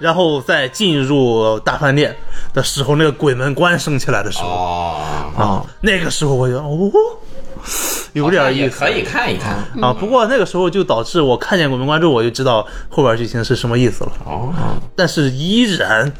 [SPEAKER 3] 然后再进入大饭店的时候，那个鬼门关升起来的时候，
[SPEAKER 1] 哦，
[SPEAKER 4] 啊，
[SPEAKER 3] 那个时候我觉得哦，有点意
[SPEAKER 1] 哦也
[SPEAKER 3] 思
[SPEAKER 1] 可以看一看。
[SPEAKER 3] 啊。不过那个时候就导致我看见鬼门关之后，我就知道后边剧情是什么意思了。
[SPEAKER 1] 哦，
[SPEAKER 3] 但是依然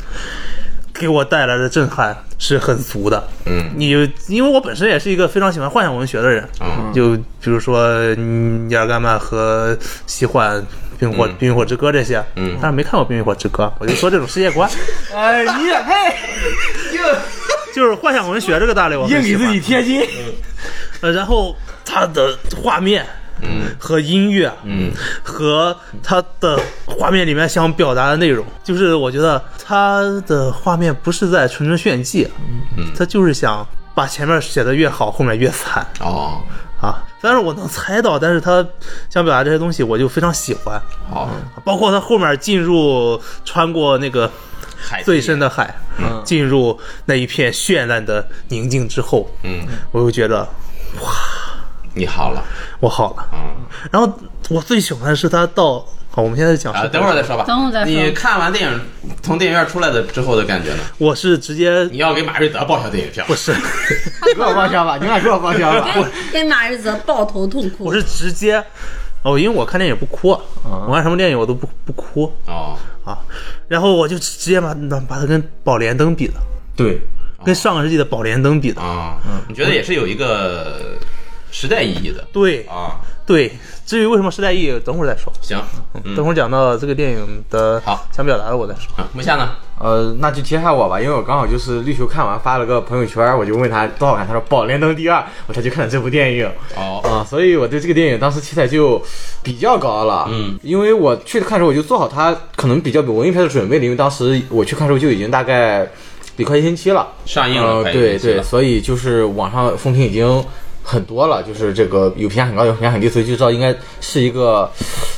[SPEAKER 3] 给我带来的震撼是很足的。
[SPEAKER 1] 嗯，
[SPEAKER 3] 你因为我本身也是一个非常喜欢幻想文学的人，
[SPEAKER 1] 嗯
[SPEAKER 3] 就比如说嗯尼尔盖曼和西幻。冰火
[SPEAKER 1] 嗯
[SPEAKER 3] 冰与火之歌这些，
[SPEAKER 1] 嗯
[SPEAKER 3] 但是没看过冰与火之歌，我就说这种世界观， <laughs>
[SPEAKER 4] 哎，你也配？
[SPEAKER 3] 就是幻想文学这个大类，我很
[SPEAKER 4] 硬
[SPEAKER 3] 喜
[SPEAKER 4] 给
[SPEAKER 3] 欢
[SPEAKER 4] 自己贴金。
[SPEAKER 3] 呃，然后它的画面，
[SPEAKER 1] 嗯
[SPEAKER 3] 和音乐，
[SPEAKER 1] 嗯，
[SPEAKER 3] 和它的画面里面想表达的内容，就是我觉得它的画面不是在纯纯炫技，嗯，它就是想把前面写的越好，后面越惨
[SPEAKER 1] 哦，
[SPEAKER 3] 啊。但是我能猜到，但是他想表达这些东西，我就非常喜欢，
[SPEAKER 1] 好，
[SPEAKER 4] 啊
[SPEAKER 3] 包括他后面进入穿过那个
[SPEAKER 1] 海嗯
[SPEAKER 3] 最深的海，进入那一片绚烂的宁静之后，
[SPEAKER 1] 嗯，
[SPEAKER 3] 我又觉得
[SPEAKER 1] 你好了
[SPEAKER 3] 我好了。
[SPEAKER 1] 嗯
[SPEAKER 4] 啊
[SPEAKER 3] 然后我最喜欢的是他到，好，我们现在讲
[SPEAKER 1] 啊，
[SPEAKER 3] 是
[SPEAKER 1] 等会儿再说吧。
[SPEAKER 2] 等会儿再说
[SPEAKER 1] 你看完电影从电影院出来的之后的感觉呢？
[SPEAKER 3] 我是直接
[SPEAKER 1] 你要给马瑞德报销电影票？
[SPEAKER 3] 不是， <laughs>
[SPEAKER 4] 你给我报销吧，你俩给我报销吧。 <laughs>
[SPEAKER 2] 跟马哎日泽抱头痛哭。
[SPEAKER 3] 我是直接，哦，因为我看电影不哭，啊
[SPEAKER 4] 啊
[SPEAKER 3] 我看什么电影我都不不哭
[SPEAKER 1] 哦，
[SPEAKER 3] 啊，然后我就直接把把它跟《宝莲灯》比了，
[SPEAKER 4] 对，
[SPEAKER 3] 跟上个世纪的《宝莲灯》比
[SPEAKER 1] 啊
[SPEAKER 3] 的，
[SPEAKER 4] 嗯
[SPEAKER 1] 啊，你觉得也是有一个时代意义的
[SPEAKER 3] 对
[SPEAKER 1] 啊？
[SPEAKER 3] 对，至于为什么时代意义，等会儿再说。
[SPEAKER 1] 行，啊
[SPEAKER 4] 嗯
[SPEAKER 3] 等会儿讲到这个电影的
[SPEAKER 1] 好
[SPEAKER 3] 想表达的，我再说。
[SPEAKER 1] 啊，木下呢？
[SPEAKER 4] 呃，那就接下我吧，因为我刚好就是绿球看完发了个朋友圈，我就问他多好看，他说《宝莲灯》第二，我才去看了这部电影。
[SPEAKER 1] 哦，
[SPEAKER 4] 啊、所以我对这个电影当时期待就比较高了。
[SPEAKER 1] 嗯，
[SPEAKER 4] 因为我去看的时候我就做好它可能比较文艺片的准备了，因为当时我去看的时候就已经大概得快一星期了，
[SPEAKER 1] 上映了
[SPEAKER 4] 呃
[SPEAKER 1] 快一
[SPEAKER 4] 对
[SPEAKER 1] 星期
[SPEAKER 4] 对，
[SPEAKER 1] 了
[SPEAKER 4] 所以就是网上风评已经很多了，就是这个有评价很高，有评价很低，所以就知道应该是一个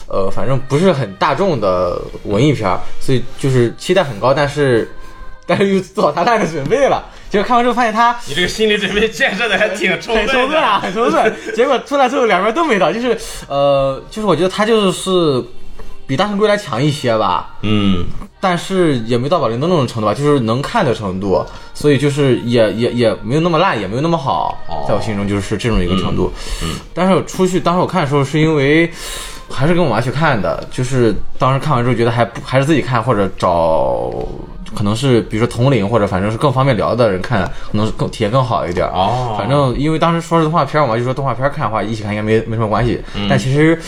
[SPEAKER 4] 呃，反正不是很大众的文艺片儿，所以就是期待很高，但是但是又做好它烂的准备了。结果看完之后发现它
[SPEAKER 1] 你这个心理准备建设的还挺充
[SPEAKER 4] 很
[SPEAKER 1] 分
[SPEAKER 4] 充
[SPEAKER 1] 的
[SPEAKER 4] 分啊，很充分。结果出来之后两边都没到，就是呃，就是我觉得他就是比《大圣归来》强一些吧，
[SPEAKER 1] 嗯，
[SPEAKER 4] 但是也没到宝莲灯那种程度吧，就是能看的程度，所以就是也也也没有那么烂，也没有那么好
[SPEAKER 1] 哦，嗯
[SPEAKER 4] 在我心中就是这种一个程度。但是我出去当时我看的时候是因为。还是跟我妈去看的，就是当时看完之后觉得还不还是自己看，或者找可能是比如说同龄或者反正是更方便聊的人看，可能是更体验更好一点。
[SPEAKER 1] 哦
[SPEAKER 4] 反正因为当时说是动画片儿嘛，就说动画片儿看的话，一起看应该没没什么关系。但其实，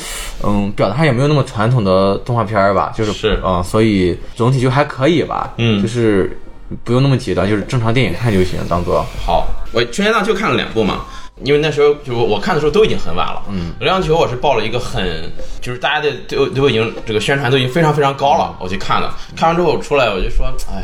[SPEAKER 4] 嗯，表达上也没有那么传统的动画片儿吧，就是
[SPEAKER 1] 是
[SPEAKER 4] 嗯，所以总体就还可以吧。
[SPEAKER 1] 嗯
[SPEAKER 4] 就是不用那么极端，就是正常电影看就行，当做
[SPEAKER 1] 好，我《春节档》就看了两部嘛，因为那时候就我看的时候都已经很晚了。嗯，《流浪球》我是抱了一个很，就是大家的都都已经这个宣传都已经非常非常高
[SPEAKER 4] 嗯
[SPEAKER 1] 了，我去看了。看完之后我出来我就说，哎。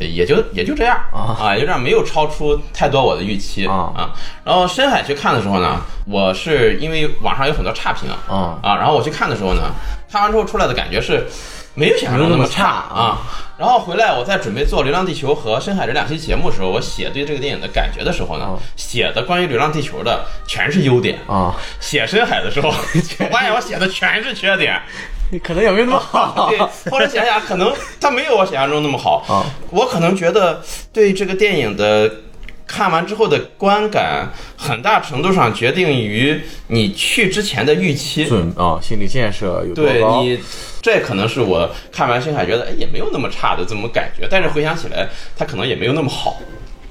[SPEAKER 1] 也就也就这样
[SPEAKER 4] 啊
[SPEAKER 1] 啊，有点没有超出太多我的预期
[SPEAKER 4] 啊
[SPEAKER 1] 啊。然后深海去看的时候呢，我是因为网上有很多差评
[SPEAKER 4] 啊
[SPEAKER 1] 啊，然后我去看的时候呢，看完之后出来的感觉是没有想象中那么差啊。然后回来我在准备做《流浪地球》和《深海》这两期节目的时候，我写对这个电影的感觉的时候呢，
[SPEAKER 4] 哦
[SPEAKER 1] 写的关于《流浪地球》的全是优点，
[SPEAKER 4] 啊，
[SPEAKER 1] 写《深海》的时 <laughs> 候，我发现我写的全是缺点。
[SPEAKER 4] 可能也没那么好。
[SPEAKER 1] 对，后来想想，可能它没有我想象中那么好。
[SPEAKER 4] 啊
[SPEAKER 1] 我可能觉得对这个电影的看完之后的观感，很大程度上决定于你去之前的预期。
[SPEAKER 4] <laughs> 准啊，心理建设有多
[SPEAKER 1] 对
[SPEAKER 4] 高？
[SPEAKER 1] 你，这可能是我看完《深海》觉得哎也没有那么差的这么感觉，但是回想起来，它可能也没有那么好。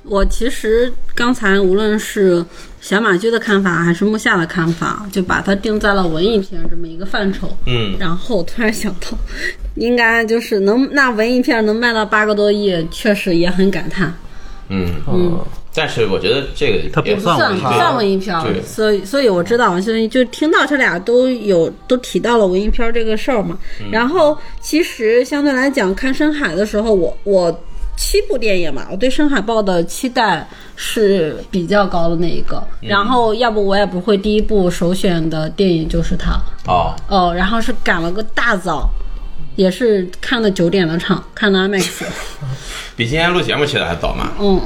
[SPEAKER 2] 我其实刚才无论是小马驹的看法，还是木下的看法，就把它定在了文艺片这么一个范畴。
[SPEAKER 1] 嗯，
[SPEAKER 2] 然后我突然想到，应该就是能那文艺片能卖到八个多亿，确实也很感叹。
[SPEAKER 1] 嗯，
[SPEAKER 4] 嗯，
[SPEAKER 1] <laughs> 但是我觉得这个
[SPEAKER 3] 它不
[SPEAKER 1] 也
[SPEAKER 2] 不
[SPEAKER 3] 算
[SPEAKER 2] 算
[SPEAKER 3] 文艺
[SPEAKER 2] 不
[SPEAKER 3] 片
[SPEAKER 2] 算文艺片儿
[SPEAKER 1] 对，
[SPEAKER 2] 所以所以我知道，所以就听到这俩都有都提到了文艺片儿这个事儿嘛。然后其实相对来讲，看《深海》的时候，我我七部电影嘛，我对《深海》抱的期待是比较高的那一个。然后要不我也不会第一部首选的电影就是它
[SPEAKER 1] 哦，
[SPEAKER 2] 哦，然后是赶了个大早。也是看了九点的场，看了 IMAX，
[SPEAKER 1] 比今天录节目起的还早嘛。
[SPEAKER 2] 嗯，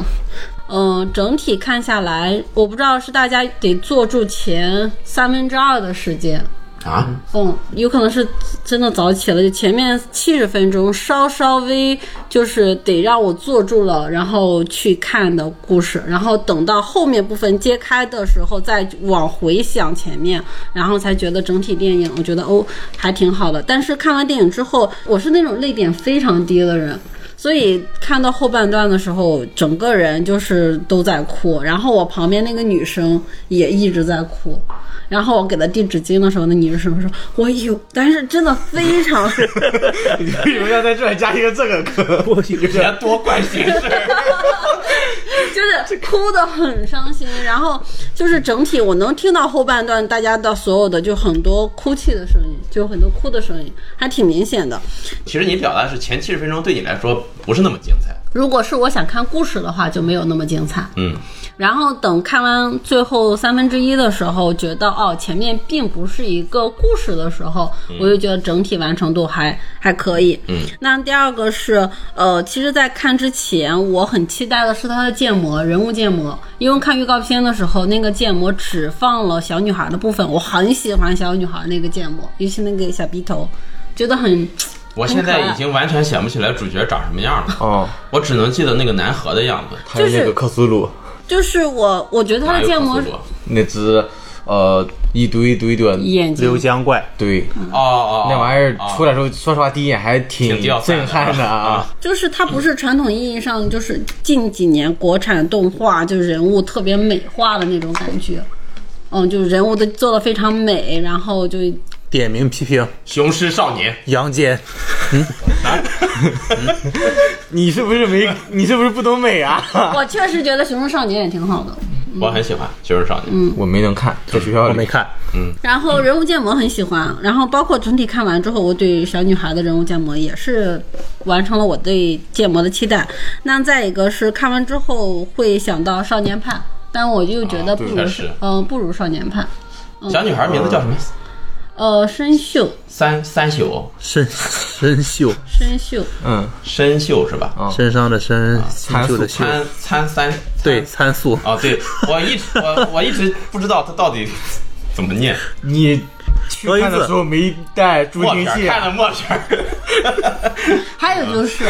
[SPEAKER 2] 嗯，整体看下来，我不知道是大家得坐住前三分之二的时间，
[SPEAKER 1] 啊，
[SPEAKER 2] 嗯，有可能是真的早起了，就前面七十分钟稍稍微就是得让我坐住了，然后去看的故事，然后等到后面部分揭开的时候再往回想前面，然后才觉得整体电影我觉得哦还挺好的。但是看完电影之后，我是那种泪点非常低的人。所以看到后半段的时候，整个人就是都在哭，然后我旁边那个女生也一直在哭，然后我给她递纸巾的时候，那女生说：“我有，但是真的非常……”
[SPEAKER 4] <laughs> 你为什么要在这儿加一个这个
[SPEAKER 3] <laughs>
[SPEAKER 4] 梗？
[SPEAKER 1] 别多管闲事儿。 <laughs>
[SPEAKER 2] 就是哭得很伤心，然后就是整体我能听到后半段大家的所有的就很多哭泣的声音，就很多哭的声音，还挺明显的。
[SPEAKER 1] 其实你表达的是前七十分钟对你来说不是那么精彩。
[SPEAKER 2] 如果是我想看故事的话，就没有那么精彩。
[SPEAKER 1] 嗯，
[SPEAKER 2] 然后等看完最后三分之一的时候，觉得哦前面并不是一个故事的时候，
[SPEAKER 1] 嗯
[SPEAKER 2] 我就觉得整体完成度还还可以。嗯，那第二个是呃，其实，在看之前，我很期待的是他的建模，人物建模，因为看预告片的时候，那个建模只放了小女孩的部分，我很喜欢小女孩那个建模，尤其那个小鼻头，觉得很。
[SPEAKER 1] 我现在已经完全想不起来主角长什么样了，
[SPEAKER 4] 哦，
[SPEAKER 1] 我只能记得那个南河的样子。
[SPEAKER 4] 还有那
[SPEAKER 2] 就
[SPEAKER 4] 个
[SPEAKER 2] 是
[SPEAKER 4] 克苏鲁。
[SPEAKER 2] 就是我，我觉得他
[SPEAKER 1] 哪
[SPEAKER 2] 的
[SPEAKER 1] 有
[SPEAKER 2] 建模
[SPEAKER 1] 克苏鲁
[SPEAKER 4] 那只呃一堆一堆的，
[SPEAKER 2] 眼睛
[SPEAKER 3] 刘江怪，
[SPEAKER 4] 对，
[SPEAKER 2] 嗯
[SPEAKER 1] 哦哦，
[SPEAKER 4] 那玩意儿出
[SPEAKER 1] 来
[SPEAKER 4] 来的时候，说实话，第一眼还挺
[SPEAKER 1] 挺掉散的
[SPEAKER 4] 震撼的啊。
[SPEAKER 2] 就是它不是传统意义上就是近几年国产动画就人物特别美化的那种感觉，嗯，就是人物都做的非常美，然后就
[SPEAKER 3] 点名批评
[SPEAKER 1] 雄狮少年，
[SPEAKER 3] 杨嗯戬，
[SPEAKER 4] <laughs> 你是不是没？你是不是不懂美啊？
[SPEAKER 2] 我确实觉得《熊出少年》也挺好的。
[SPEAKER 1] 我很喜欢雄狮少年。嗯，
[SPEAKER 4] 我没能看，在学校
[SPEAKER 3] 我
[SPEAKER 4] 里
[SPEAKER 3] 没。看，
[SPEAKER 2] 然后人物建模很喜欢，然后包括整体看完之后，我对小女孩的人物建模也是完成了我对建模的期待。那再一个是看完之后会想到少年派，但我就觉得不如
[SPEAKER 1] 确
[SPEAKER 2] 是
[SPEAKER 1] 实
[SPEAKER 2] 嗯、不如少年派。嗯
[SPEAKER 1] 小女孩名字叫什么？
[SPEAKER 2] 呃，深秀，
[SPEAKER 1] 三三秀，
[SPEAKER 3] 深深秀，
[SPEAKER 2] 深秀，
[SPEAKER 4] 嗯，
[SPEAKER 1] 深秀是吧？
[SPEAKER 4] 啊
[SPEAKER 3] 身上的身，新秀的秀，
[SPEAKER 1] 参参三
[SPEAKER 3] 对，参宿，
[SPEAKER 4] 啊
[SPEAKER 1] 哦，对我一直我我一直不知道它到底怎么念，
[SPEAKER 4] 你去
[SPEAKER 3] 说一
[SPEAKER 4] 看的
[SPEAKER 3] 次
[SPEAKER 4] 时候没带助
[SPEAKER 1] 默
[SPEAKER 4] 听
[SPEAKER 1] 片儿
[SPEAKER 4] 器啊，
[SPEAKER 1] 看了默片儿，
[SPEAKER 2] 还有就是，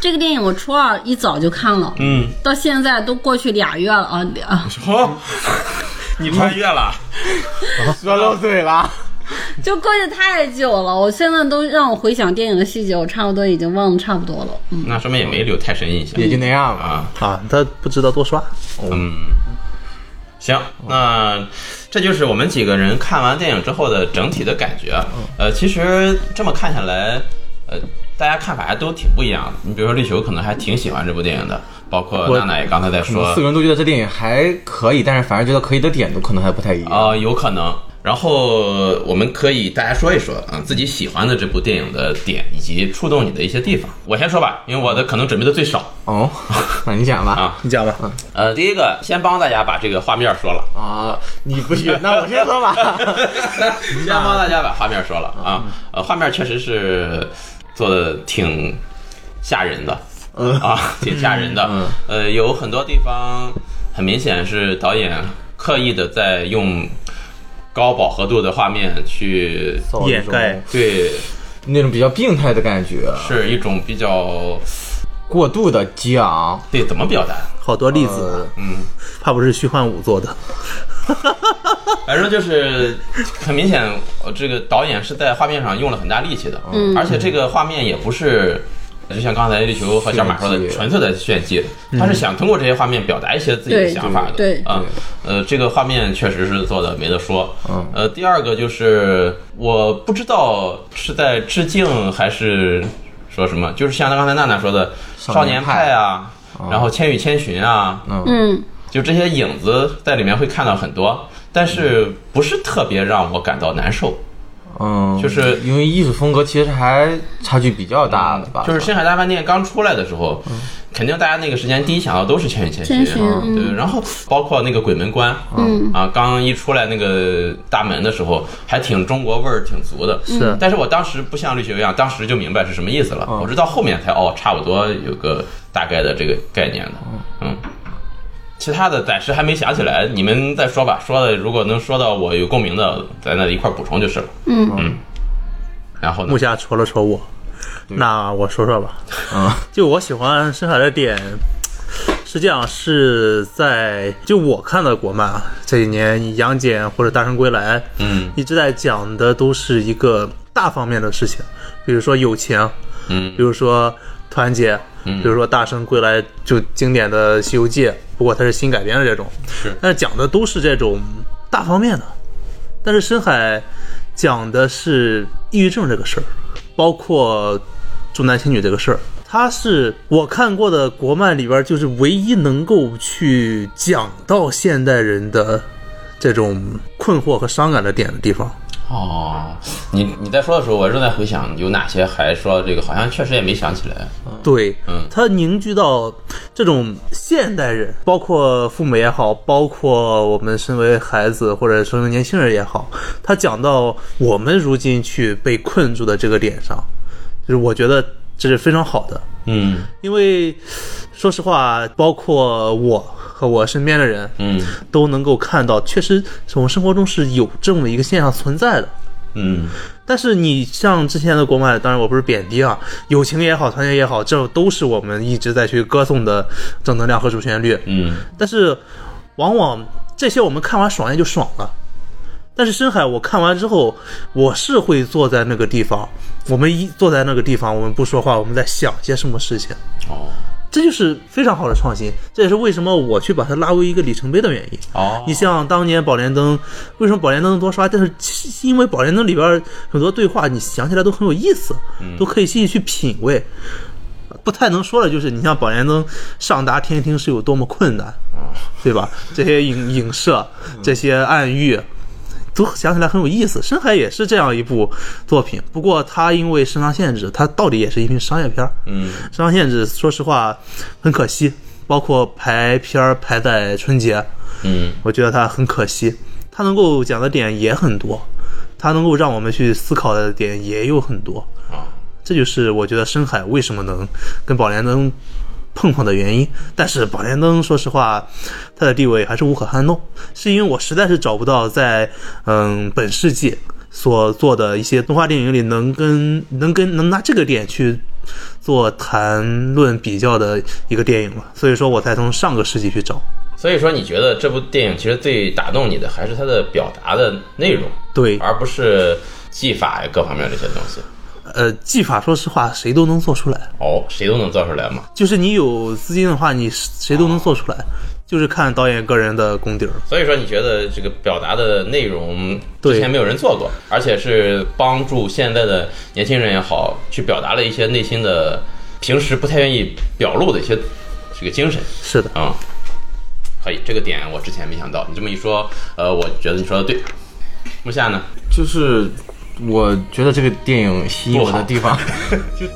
[SPEAKER 2] 这个电影我初二一早就看了，
[SPEAKER 1] <laughs> 嗯，
[SPEAKER 2] 到现在都过去俩月了啊啊，
[SPEAKER 1] 哦，你穿越了，
[SPEAKER 4] 说漏嘴了。
[SPEAKER 2] <laughs>
[SPEAKER 1] <laughs>
[SPEAKER 2] 就过去太久了。我现在都让我回想电影的细节，我差不多已经忘得差不多了。嗯，
[SPEAKER 1] 那说明也没留太深印象
[SPEAKER 4] 也就那样吧。
[SPEAKER 1] 啊。
[SPEAKER 3] 啊，他不知道多刷，
[SPEAKER 1] 行，那这就是我们几个人看完电影之后的整体的感觉。
[SPEAKER 4] 嗯
[SPEAKER 1] 呃，其实这么看下来，呃，大家看法还都挺不一样的。你比如说绿球可能还挺喜欢这部电影的，包括
[SPEAKER 3] 我
[SPEAKER 1] 娜娜也刚才在
[SPEAKER 4] 可能
[SPEAKER 1] 说
[SPEAKER 4] 四，个人都觉得这电影还可以，但是反而觉得可以的点都可能还不太一样。
[SPEAKER 1] 啊、有可能。然后我们可以大家说一说啊，自己喜欢的这部电影的点以及触动你的一些地方。我先说吧，因为我的可能准备的最少
[SPEAKER 4] 哦， <laughs> 那你讲吧。
[SPEAKER 1] 啊。
[SPEAKER 3] 你讲
[SPEAKER 4] 嗯
[SPEAKER 3] 吧，
[SPEAKER 1] 呃，第一个先帮大家把这个画面说了。
[SPEAKER 4] 啊，你不许，那我先说 <laughs> 吧。
[SPEAKER 1] 先帮大家把画面说了啊，呃，画面确实是做的挺吓人的，啊，挺吓人的，呃，有很多地方很明显是导演刻意的在用高饱和度的画面去，
[SPEAKER 4] 造一
[SPEAKER 3] 掩
[SPEAKER 4] 种
[SPEAKER 3] 盖
[SPEAKER 1] 对，
[SPEAKER 4] 那种比较病态的感觉，
[SPEAKER 1] 是一种比较
[SPEAKER 4] 过度的激昂。
[SPEAKER 1] 对怎么表达，嗯
[SPEAKER 3] 好多例
[SPEAKER 4] 呃
[SPEAKER 3] 子，怕不是虚幻五做的，
[SPEAKER 1] 反正就是很明显，呃这个导演是在画面上用了很大力气的，
[SPEAKER 2] 嗯
[SPEAKER 1] 而且这个画面也不是。就像刚才绿球和小马说的
[SPEAKER 4] 炫，技
[SPEAKER 1] 纯粹的炫技，他是想通过这些画面表达一些自己的
[SPEAKER 2] 对
[SPEAKER 1] 想法的。
[SPEAKER 2] 嗯对对
[SPEAKER 1] 啊，呃，这个画面确实是做的没得说。
[SPEAKER 4] 嗯
[SPEAKER 1] 呃，第二个就是呃我不知道是在致敬还是说什么，就是像刚才娜娜说的《少
[SPEAKER 4] 少年
[SPEAKER 1] 年
[SPEAKER 4] 派
[SPEAKER 1] 派》啊，
[SPEAKER 2] 哦
[SPEAKER 1] 然后《千与千寻》啊，
[SPEAKER 2] 嗯，
[SPEAKER 1] 就这些影子在里面会看到很多，但是不是特别让我感到难受，
[SPEAKER 4] 嗯，
[SPEAKER 1] 就是
[SPEAKER 4] 因为艺术风格其实还差距比较大的吧，
[SPEAKER 1] 就是《深海大饭店》刚出来的时候，肯定大家那个时间第一想到都是《千与千寻
[SPEAKER 2] 千》寻
[SPEAKER 1] 啊，对，然后包括那个鬼门关，嗯啊，刚一出来那个大门的时候，还挺中国味儿挺足的，
[SPEAKER 3] 是
[SPEAKER 1] 但是我当时不像绿球一样，当时就明白是什么意思了，我是到后面才哦，差不多有个大概的这个概念的，嗯。其他的暂时还没想起来，你们再说吧。说的如果能说到我有共鸣的，咱那一块儿补充就是了。
[SPEAKER 2] 嗯
[SPEAKER 1] 然后呢
[SPEAKER 3] 木？下戳了戳我，那我说说吧。
[SPEAKER 4] 嗯，
[SPEAKER 3] <laughs> 就我喜欢深海的点是这样，是在就我看的国漫啊，这几年杨戬或者大圣归来，
[SPEAKER 1] 嗯
[SPEAKER 3] 一直在讲的都是一个大方面的事情，比如说友情，
[SPEAKER 1] 嗯
[SPEAKER 3] 比如说团结，比如说大圣归来就经典的《西游记》，不过它是新改编的这种，
[SPEAKER 1] 是
[SPEAKER 3] 但是讲的都是这种大方面的，但是深海讲的是抑郁症这个事儿，包括重男轻女这个事儿。它是我看过的国漫里边儿，就是唯一能够去讲到现代人的这种困惑和伤感的点的地方。
[SPEAKER 1] 哦，你你在说的时候，我正在回想有哪些还说这个，好像确实也没想起来。
[SPEAKER 3] 对，
[SPEAKER 1] 嗯
[SPEAKER 3] 它凝聚到这种现代人，包括父母也好，包括我们身为孩子或者身为年轻人也好，他讲到我们如今去被困住的这个点上，就是我觉得这是非常好的，
[SPEAKER 1] 嗯
[SPEAKER 3] 因为说实话，包括我和我身边的人，
[SPEAKER 1] 嗯
[SPEAKER 3] 都能够看到，确实我们生活中是有这么一个现象存在的。
[SPEAKER 1] 嗯，
[SPEAKER 3] 但是你像之前的国漫，当然我不是贬低啊，友情也好，团结也好，这都是我们一直在去歌颂的正能量和主旋律。
[SPEAKER 1] 嗯，
[SPEAKER 3] 但是往往这些我们看完爽也就爽了。但是深海，我看完之后，我是会坐在那个地方，我们一坐在那个地方，我们不说话，我们在想些什么事情。
[SPEAKER 1] 哦，
[SPEAKER 3] 这就是非常好的创新，这也是为什么我去把它拉为一个里程碑的原因。
[SPEAKER 4] 哦
[SPEAKER 3] 你像当年《宝莲灯》，为什么《宝莲灯》多刷？但是其因为《宝莲灯》里边很多对话，你想起来都很有意思，都可以细细去品味。不太能说的就是，你像《宝莲灯》上达天庭是有多么困难，对吧？这些影影射，这些暗喻，都想起来很有意思。深海也是这样一部作品，不过它因为市场限制，它到底也是一部商业片儿。
[SPEAKER 1] 嗯，
[SPEAKER 3] 市场限制，说实话很可惜，包括排片儿排在春节，
[SPEAKER 1] 嗯，
[SPEAKER 3] 我觉得它很可惜。它能够讲的点也很多，它能够让我们去思考的点也有很多。
[SPEAKER 1] 啊，
[SPEAKER 3] 这就是我觉得深海为什么能跟宝莲灯碰碰的原因。但是宝莲灯，说实话，它的地位还是无可撼动，是因为我实在是找不到在嗯本世纪所做的一些动画电影里能跟能跟能拿这个点去。做谈论比较的一个电影了，所以说我才从上个世纪去找。
[SPEAKER 1] 所以说你觉得这部电影其实最打动你的还是它的表达的内容，
[SPEAKER 3] 对，
[SPEAKER 1] 而不是技法各方面这些东西。
[SPEAKER 3] 呃，技法说实话谁都能做出来，
[SPEAKER 1] 哦，谁都能做出来嘛。
[SPEAKER 3] 就是你有资金的话，你谁都能做出来，就是看导演个人的功底儿。
[SPEAKER 1] 所以说，你觉得这个表达的内容
[SPEAKER 3] 对
[SPEAKER 1] 之前没有人做过，而且是帮助现在的年轻人也好，去表达了一些内心的平时不太愿意表露的一些这个精神
[SPEAKER 3] 是的，
[SPEAKER 1] 啊、可以，这个点我之前没想到，你这么一说，呃，我觉得你说的对。木下呢？
[SPEAKER 4] 就是我觉得这个电影吸引我的地方，就